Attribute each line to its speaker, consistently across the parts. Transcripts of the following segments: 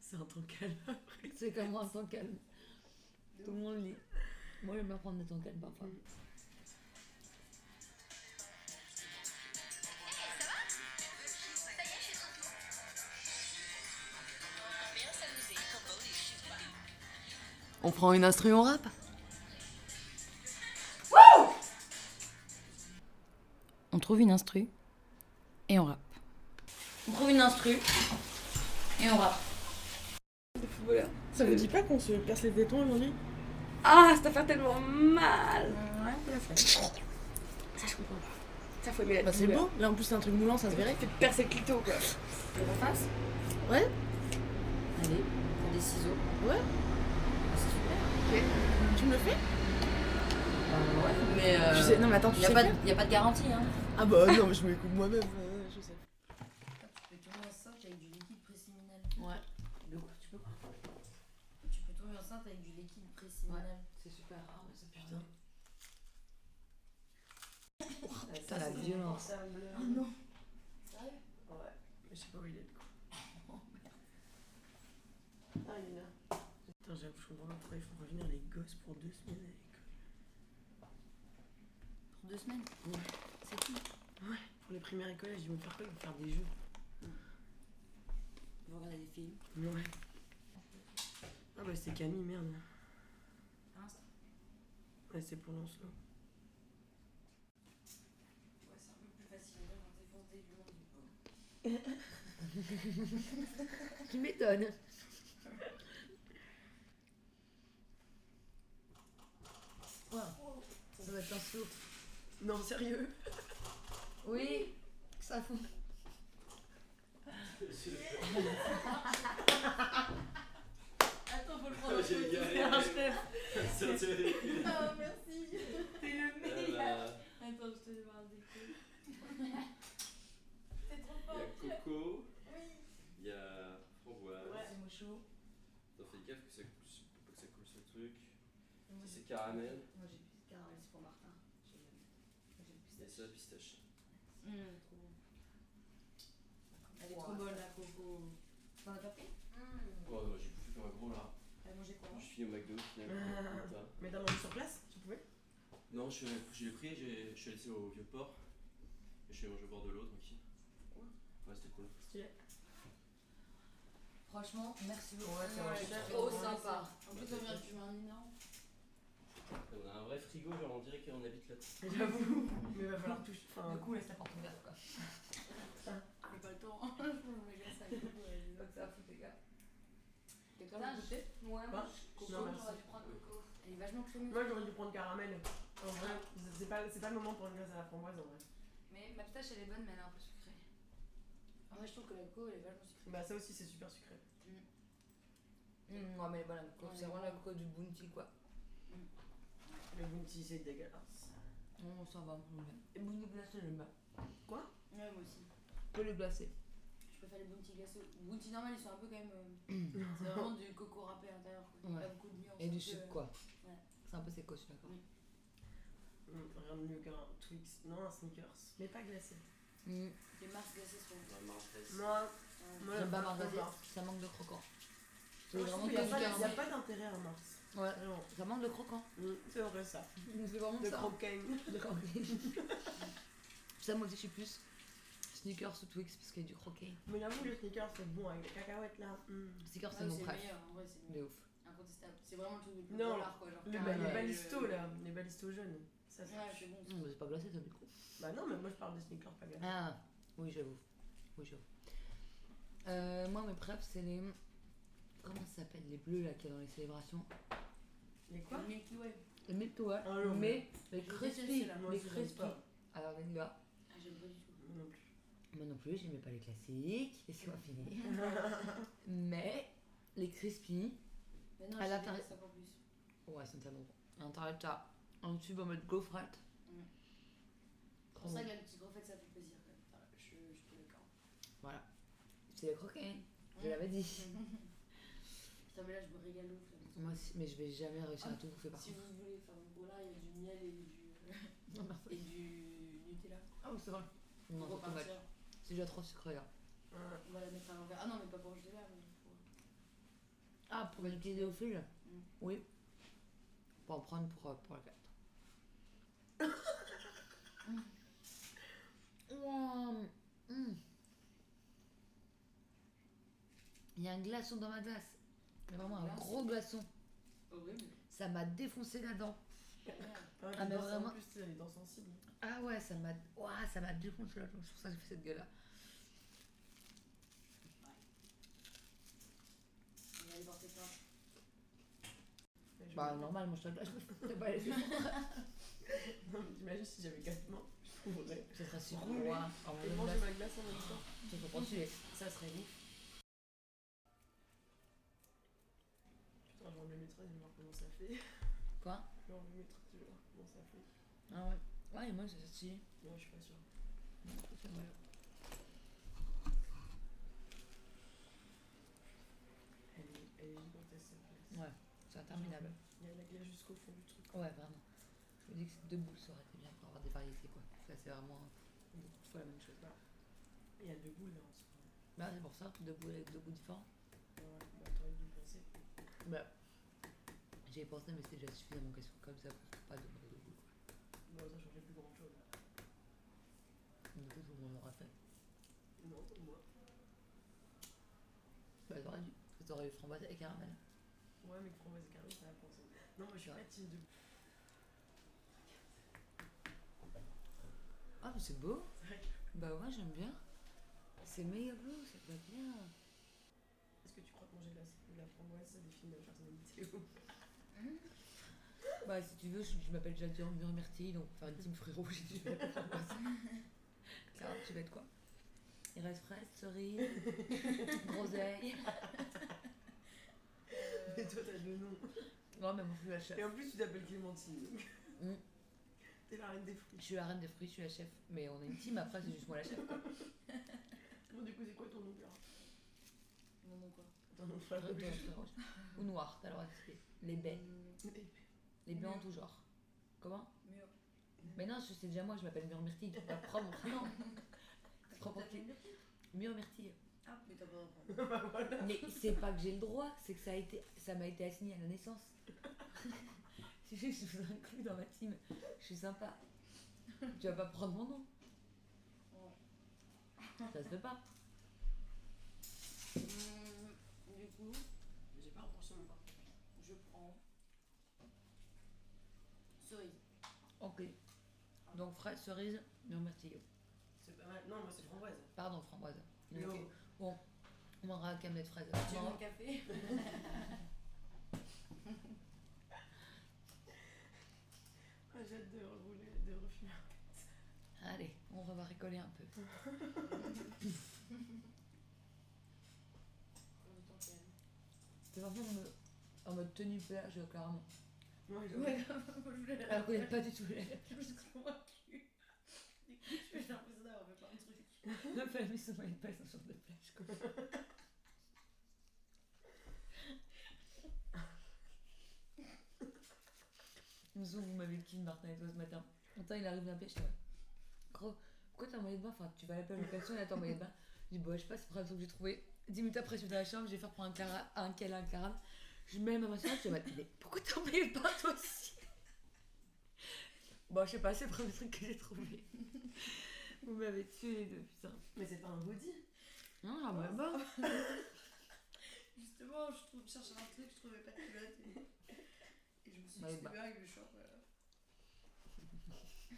Speaker 1: c'est un temps calme.
Speaker 2: C'est comme un temps calme. Tout le monde lit. Moi, j'aime apprendre des temps calmes parfois.
Speaker 3: Mm.
Speaker 4: Eh, ça va Ça y est, je suis trop tôt. On va bien s'amuser.
Speaker 1: On prend une instrument rap
Speaker 3: On trouve une instru et on rappe. On trouve une instru et on rappe.
Speaker 5: Ça vous dit pas qu'on se perce les tétons aujourd'hui
Speaker 6: Ah, ça fait tellement mal Ça, je comprends pas. Ça, faut aimer la
Speaker 5: Bah c'est
Speaker 6: douleur.
Speaker 5: beau, là en plus c'est un truc moulant, ça se verrait.
Speaker 6: Fait percer le clito, quoi. Faut qu'on fasse
Speaker 3: Allez, prends des ciseaux. Ah,
Speaker 5: Ouais.
Speaker 3: C'est super.
Speaker 5: Tu me le fais
Speaker 3: Bah ouais, mais.
Speaker 5: Je
Speaker 3: Euh,
Speaker 5: sais, non mais attends, tu
Speaker 3: y a,
Speaker 5: sais
Speaker 3: pas
Speaker 5: faire
Speaker 3: de- y a pas de garantie, hein.
Speaker 5: Ah bah non, mais je me le coupe moi-même, euh, je sais.
Speaker 3: Tu peux tomber enceinte avec du liquide préséminal.
Speaker 1: Ouais.
Speaker 3: De quoi tu peux quoi Tu peux tomber enceinte avec du liquide Ah, préséminal.
Speaker 1: C'est super rare, mais ça putain.
Speaker 2: Putain, la violence.
Speaker 1: Mais je sais pas où il est le coup.
Speaker 5: Oh, Ah il est là.
Speaker 1: Putain, j'avoue, je comprends pas pourquoi ils font revenir les gosses pour deux semaines à l'école.
Speaker 3: Pour deux semaines
Speaker 1: Ouais.
Speaker 3: C'est tout.
Speaker 1: Pour les primaires et collèges, ils vont faire quoi Ils vont faire des jeux.
Speaker 3: Vous regardez des films.
Speaker 1: Ouais. Ah bah c'est Camille, merde.
Speaker 3: Insta.
Speaker 1: Ouais, c'est pour Lancelot.
Speaker 3: Ouais, c'est un peu plus facile. On défonce des lions.
Speaker 2: Tu m'étonnes. Ça doit être un slow.
Speaker 1: Non, sérieux
Speaker 2: Oui, ça fout.
Speaker 1: Attends, faut le prendre. C'est un chef.
Speaker 3: Ah, T'es le
Speaker 7: Il
Speaker 3: Euh, Attends, je te demande un défi.
Speaker 7: y a Coco. Il y a Framboise.
Speaker 3: C'est Euh, Mocho.
Speaker 7: T'en fais gaffe que ça coule, sur- faut pas que ça coule sur le truc. Ça c'est caramel.
Speaker 3: Moi j'ai plus de caramel, c'est pour Martin. J'ai
Speaker 7: Et ça pistache.
Speaker 3: trop bon. Mm. Elle est trop bonne la coco. T'en as pas pris
Speaker 7: Oh non, j'ai bouffé comme un gros là.
Speaker 3: T'as mangé quoi
Speaker 7: Je finis au McDo finalement.
Speaker 1: Ah.
Speaker 7: Putain.
Speaker 1: Mais t'as mangé sur place Tu pouvais
Speaker 7: Non, je, suis- je l'ai pris, j'ai- je suis allé au vieux port. Et je suis allé manger au bord de l'eau tranquille. Ouais, c'était cool.
Speaker 1: Stylé.
Speaker 3: Franchement, merci beaucoup.
Speaker 1: Ouais, c'est vrai, c'est
Speaker 3: c'est
Speaker 1: trop
Speaker 3: trop sympa. En
Speaker 7: plus, on vient de
Speaker 3: fumer un énorme.
Speaker 7: On a un vrai frigo, genre on dirait qu'on habite là.
Speaker 1: J'avoue. Mais va falloir toucher.
Speaker 3: Du
Speaker 1: Enfin,
Speaker 3: coup, laisse la porte ouverte quoi. J'ai pas le temps. Je me laisse à Donc ça va foutre les gars. T'es quand même goûté Ouais,
Speaker 1: Pas
Speaker 3: moi Ah, je
Speaker 1: Non,
Speaker 3: coco,
Speaker 1: merci.
Speaker 3: j'aurais dû prendre coco. Elle est vachement crémeuse.
Speaker 1: moi j'aurais dû prendre caramel. En vrai, c'est pas, c'est pas le moment pour une glace à la framboise en vrai.
Speaker 3: Mais ma pistache elle est bonne, mais elle est un peu sucrée. En vrai, Ah, je trouve que la coco elle est vachement sucrée.
Speaker 1: Bah, ça aussi, c'est super sucré.
Speaker 3: Mm.
Speaker 2: Mmh, ouais, mais elle est bonne, la coco.
Speaker 3: Ouais.
Speaker 2: C'est vraiment la coco du Bounty, quoi.
Speaker 1: Le bounty, c'est dégueulasse.
Speaker 2: On s'en va, on l'aime. Et Bounty glacé, j'aime pas.
Speaker 3: Ouais, moi aussi.
Speaker 2: Que le glacé.
Speaker 3: Je préfère les bounty glacés. Bounty normal, ils sont un peu quand même. euh, c'est vraiment du coco râpé à l'intérieur. quoi. Il y a
Speaker 2: Ouais.
Speaker 3: beaucoup de nuances.
Speaker 2: Et du
Speaker 3: donc,
Speaker 2: sucre,
Speaker 3: euh,
Speaker 2: quoi.
Speaker 3: ouais.
Speaker 2: C'est un peu séco, je suis d'accord.
Speaker 1: Hum, rien de mieux qu'un Twix. Non, un Snickers. Mais pas glacé.
Speaker 2: Mmh.
Speaker 3: Les marques glacées sont.
Speaker 7: Dans le Marseille.
Speaker 1: Moi,
Speaker 3: Ouais.
Speaker 1: moi
Speaker 2: J'aime pas
Speaker 1: je
Speaker 2: Marseille,
Speaker 1: comprends
Speaker 2: ça manque de croquant.
Speaker 1: pas. Moi, je trouve
Speaker 2: vraiment
Speaker 1: qu'il y a
Speaker 2: que
Speaker 1: pas-
Speaker 2: du
Speaker 1: il n'y a
Speaker 2: caramel.
Speaker 1: pas d'intérêt à Mars.
Speaker 2: Ouais,
Speaker 1: Vraiment.
Speaker 2: ça manque de croquant.
Speaker 1: Hum, C'est vrai ça.
Speaker 2: Mm, C'est vraiment
Speaker 1: Le
Speaker 2: Mm. ça. hein.
Speaker 1: croquin.
Speaker 2: De croquet. ça, moi aussi, je suis plus Snickers ou Twix parce qu'il y a du croquet.
Speaker 1: Mais j'avoue, le Snickers, c'est bon avec les cacahuètes là. Hum.
Speaker 2: Snickers,
Speaker 3: Ouais,
Speaker 2: Ah, c'est mon
Speaker 3: le
Speaker 2: préf.
Speaker 3: meilleur, en vrai, Ah, c'est le
Speaker 2: De
Speaker 3: meilleur.
Speaker 2: ouf.
Speaker 3: Incontestable. C'est vraiment le truc le plus
Speaker 1: Non.
Speaker 3: polar, quoi. Genre,
Speaker 2: Ah,
Speaker 1: Les,
Speaker 3: carrément,
Speaker 1: ba- les
Speaker 3: le-
Speaker 1: balistos là. Les balistos jaunes. Ça, c'est-
Speaker 3: Ouais, c'est bon.
Speaker 2: Mmh, mais c'est pas glacé, ça, du coup.
Speaker 1: Bah non, mais moi je parle de Snickers, pas glacé.
Speaker 2: Ah, oui, j'avoue. Oui, j'avoue. Euh, moi, mes préfs, c'est les. Comment ça s'appelle Les bleus, là, qu'il y a dans les célébrations.
Speaker 1: Mais quoi
Speaker 3: Le Milky Way.
Speaker 2: Les mille toi
Speaker 1: Ah non,
Speaker 2: mais les
Speaker 3: Je déteste
Speaker 2: crispy.
Speaker 3: celle-là.
Speaker 1: Bah, Moi,
Speaker 2: Les
Speaker 1: je les aime
Speaker 2: crispy.
Speaker 1: pas.
Speaker 2: Alors, les gars.
Speaker 3: Ah, j'aime pas du tout.
Speaker 1: Moi non plus.
Speaker 2: Moi non plus, j'aimais pas les classiques. Laissez-moi finir. mais les crispy.
Speaker 3: Mais non,
Speaker 2: À
Speaker 3: je
Speaker 2: la
Speaker 3: déteste
Speaker 2: fin-
Speaker 3: ça encore plus.
Speaker 2: Ouais, c'est tellement bon. Un tarlet à en tube en mode gaufrette.
Speaker 3: Mm. C'est
Speaker 2: Trop
Speaker 3: pour ça
Speaker 2: bon.
Speaker 3: que la petite refait, ça fait plaisir quand même. Enfin, Je, je peux le cœur.
Speaker 2: C'est les croquets, je l'avais dit.
Speaker 3: hein. Putain, mais là, je me régale ouf. là.
Speaker 2: Moi aussi, mais je vais jamais réussir à tout bouffer par
Speaker 3: Si
Speaker 2: contre.
Speaker 3: vous voulez faire un gros là, il y a du miel et du,
Speaker 2: Non, merci.
Speaker 3: et du Nutella.
Speaker 2: Ah, c'est vrai. Non,
Speaker 3: Pour
Speaker 2: c'est pas mal.
Speaker 3: repartir,
Speaker 2: C'est déjà trop sucré là.
Speaker 1: Hein.
Speaker 3: Ah on va la mettre à l'envers. Ah non, mais pas pour jeter là, mais pour...
Speaker 2: Ah, pour l'utiliser au fil Mm. Oui. Pour en prendre pour, euh, pour la carte. Ouah, mm. Il y a un glaçon dans ma glace. Il y a vraiment un
Speaker 3: Glace.
Speaker 2: gros glaçon.
Speaker 3: Horrible.
Speaker 2: Ça m'a défoncé la dent.
Speaker 1: Ah,
Speaker 2: Ah, mais
Speaker 1: mais vraiment.
Speaker 2: vraiment.
Speaker 1: En plus, elle est dans sensible.
Speaker 2: Ah ouais, ça m'a ouah, ça m'a défoncé la dent. C'est pour ça que j'ai fait cette gueule-là.
Speaker 3: Il allait porter plainte.
Speaker 1: Et je-
Speaker 2: Bah, normal, moi je te la glace. Je peux pas aller
Speaker 1: Non, mais T'imagines si j'avais quatre mains, je pourrais.
Speaker 2: Ce serait super.
Speaker 1: Rouler.
Speaker 2: ouah, en
Speaker 1: Et
Speaker 2: même
Speaker 1: manger
Speaker 2: glace,
Speaker 1: ma glace en même temps.
Speaker 2: tu comprends, tu es-
Speaker 1: Ça serait ouf. Putain, genre le maîtresse, je vais voir comment ça fait.
Speaker 2: Quoi
Speaker 1: Genre le maîtresse, je vais voir comment ça fait.
Speaker 2: Ah ouais. Ouais, et moi c'est stylé.
Speaker 1: Moi, je suis pas sûre. Elle est, elle est gigantesque, cette glace.
Speaker 2: Ouais, c'est interminable.
Speaker 1: Il y a la glace jusqu'au fond du truc.
Speaker 2: Ouais, vraiment. Je me dis que ces deux boules, ça aurait été bien pour avoir des variétés, quoi. Ça, c'est vraiment tout fois la même chose.
Speaker 1: Bah, il y a deux boules là en ce moment.
Speaker 2: Bah, c'est pour ça, deux boules avec deux goûts différents.
Speaker 1: Ouais, bah, t'aurais dû y penser.
Speaker 2: Bah, j'y ai pensé, mais c'est déjà suffisamment question comme ça pour pas demander deux boules, quoi.
Speaker 1: Bon, ça changeait plus grand chose.
Speaker 2: Du coup, tout le monde l'aura fait.
Speaker 1: Non, moi.
Speaker 2: Bah, t'aurais dû. Parce que t'aurais eu framboise et caramel.
Speaker 1: Ouais, mais framboise et caramel, ça va penser. Non, moi, je suis
Speaker 2: Ouais.
Speaker 1: pas team de.
Speaker 2: Ah, mais c'est beau.
Speaker 1: Ouais.
Speaker 2: Bah, ouais, j'aime bien. C'est méga bleu, ça te va bien.
Speaker 1: Est-ce que tu crois que manger de la, de la framboise, ça définit la personnalité ou
Speaker 2: Bah, si tu veux, je, je m'appelle déjà Dior Murmerti, donc enfin une team fruits rouges, si tu veux. Clara, tu vas être quoi Il reste fraise, cerise, groseille.
Speaker 1: Mais toi, t'as deux noms.
Speaker 2: Non, mais moi, je suis la chef.
Speaker 1: Euh. Et en plus, tu t'appelles Clémentine.
Speaker 2: Mm.
Speaker 1: T'es la reine des
Speaker 2: Je
Speaker 1: fruits.
Speaker 2: suis la reine des fruits, je suis la chef. Mais on est une team, après, c'est juste moi la chef. quoi.
Speaker 1: Bon, du coup, c'est quoi ton nom, Clara
Speaker 3: Non, non, quoi.
Speaker 1: Ton nom, Clara.
Speaker 2: Fruits rouges. Ou noir, t'as le droit de citer. Les baies.
Speaker 3: Hum,
Speaker 2: Les baies en tout genre. Comment
Speaker 3: Mur.
Speaker 2: Mais non, je- c'est déjà moi, je m'appelle Murmerti, tu vas prendre mon prénom. Tu prends pour qui Murmerti.
Speaker 3: Ah, mais t'as pas le droit.
Speaker 1: Bah, voilà.
Speaker 2: Mais c'est pas que j'ai le droit, c'est que ça a été, ça m'a été assigné à la naissance. C'est juste, je vous inclus dans ma team. Je suis sympa. Tu vas pas prendre mon nom. Ça se fait pas.
Speaker 3: Mmh, Du coup,
Speaker 1: J'ai pas reproché mon corps.
Speaker 3: je prends. Cerise.
Speaker 2: Ok. Donc fraise, cerise, non martillo.
Speaker 1: C'est pas mal. Non, moi, c'est framboise.
Speaker 2: Pardon, framboise.
Speaker 1: Mais
Speaker 2: Ok.
Speaker 1: oh.
Speaker 2: On mangera un camelet de fraise.
Speaker 3: Tu
Speaker 2: On
Speaker 3: veux un
Speaker 2: mangera-
Speaker 3: café
Speaker 1: Ah, j'ai hâte de rouler, de refumer.
Speaker 2: Allez, on va rigoler un peu.
Speaker 3: On est en calme.
Speaker 2: C'est vraiment en mode- en mode tenue plage, clairement.
Speaker 1: Ouais, j'avoue.
Speaker 3: Ouais, moi, je voulais la
Speaker 2: Alors qu'on n'est pas du tout les
Speaker 3: Je suis convaincue. Du coup, j'ai l'impression d'avoir fait plein de trucs.
Speaker 2: La famille se met pas sur de plage, quoi. Je me souviens, vous m'avez dit, Martin et toi ce matin. Attends, il arrive d'un pêche, ouais. Gros, pourquoi t'es en maillot de bain Enfin, tu vas à la plage location et elle est en maillot de bain. Je dis, bah, je sais pas, c'est le premier truc que j'ai trouvé. 10 minutes après, je suis dans la chambre, je vais faire prendre un, cara, un câlin à Clara. Je mets ma main sur elle, je dis, bah, mais pourquoi t'es en maillot de bain toi aussi Bon, je sais pas, c'est le premier truc que j'ai trouvé. Vous m'avez tué les deux, putain.
Speaker 1: Mais c'est pas un body.
Speaker 2: Non, j'en ai pas.
Speaker 3: Justement, je, trouve, je cherchais un truc, je trouvais pas de culotte. Et, et je me suis dit,
Speaker 2: Ouais,
Speaker 3: c'est
Speaker 2: bah.
Speaker 3: bien avec le short. Voilà.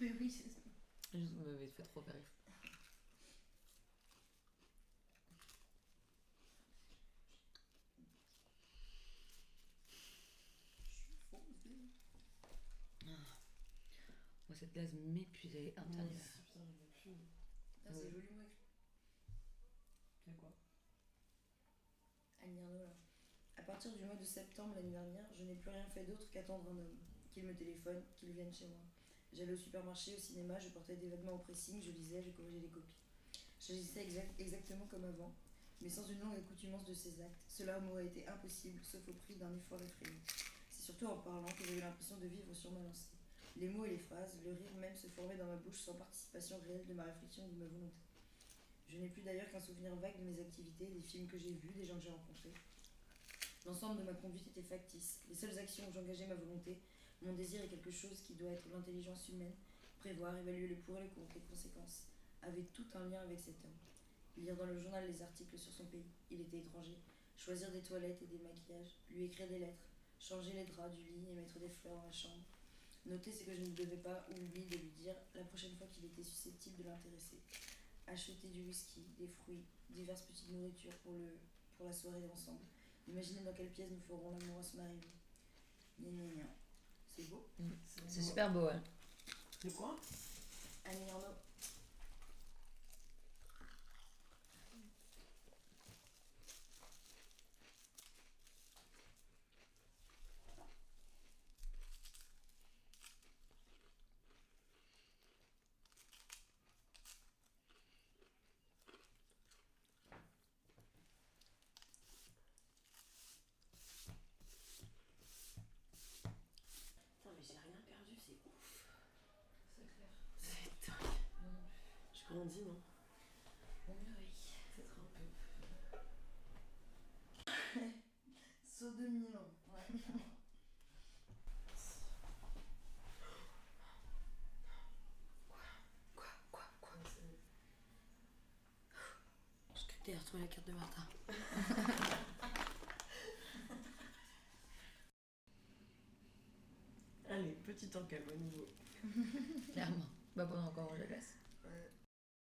Speaker 3: Mais oui, c'est ça.
Speaker 2: Juste, vous m'avez fait trop rire.
Speaker 3: Je suis foncée.
Speaker 2: Moi, cette glace m'épuise, elle est
Speaker 1: Ah, Putain,
Speaker 2: interdite.
Speaker 1: j'en ai plus.
Speaker 3: Putain, Ah, c'est
Speaker 2: Ouais.
Speaker 3: joli, moi.
Speaker 1: Il y a quoi
Speaker 3: Anne Nirno, là. À partir du mois de septembre l'année dernière, je n'ai plus rien fait d'autre qu'attendre un homme. Qu'il me téléphone, qu'il vienne chez moi. J'allais au supermarché, au cinéma, je portais des vêtements au pressing, je lisais, je corrigeais les copies. J'agissais exact- exactement comme avant, mais sans une longue accoutumance de ces actes. Cela m'aurait été impossible, sauf au prix d'un effort effréné. C'est surtout en parlant que j'avais l'impression de vivre sur ma lancée. Les mots et les phrases, le rire même se formaient dans ma bouche sans participation réelle de ma réflexion ou de ma volonté. Je n'ai plus d'ailleurs qu'un souvenir vague de mes activités, des films que j'ai vus, des gens que j'ai rencontrés.
Speaker 8: L'ensemble de ma conduite était factice. Les seules actions où j'engageais ma volonté, mon désir est quelque chose qui doit être l'intelligence humaine, prévoir, évaluer le pour et le contre, les conséquences, avait tout un lien avec cet homme. Lire dans le journal les articles sur son pays, il était étranger, choisir des toilettes et des maquillages, lui écrire des lettres, changer les draps du lit et mettre des fleurs dans la chambre. Noter ce que je ne devais pas oublier de lui dire la prochaine fois qu'il était susceptible de l'intéresser. Acheter du whisky, des fruits, diverses petites nourritures pour, le, pour la soirée ensemble. Imaginer dans quelle pièce nous ferons l'amour à son arrivée. Gna gna gna. C'est beau.
Speaker 1: C'est super beau,
Speaker 2: hein. De
Speaker 1: ouais.
Speaker 2: quoi
Speaker 8: Annie Arnaud.
Speaker 2: Putain, mais j'ai rien perdu, c'est ouf. C'est dingue. Je grandis, non Peut-être un peu.
Speaker 8: Saut de Milan. Ouais.
Speaker 2: Je crois que t'as retrouvé la carte de Martin. Allez, petit encalme à nouveau.
Speaker 1: Clairement. Bah, pendant encore, je la laisse.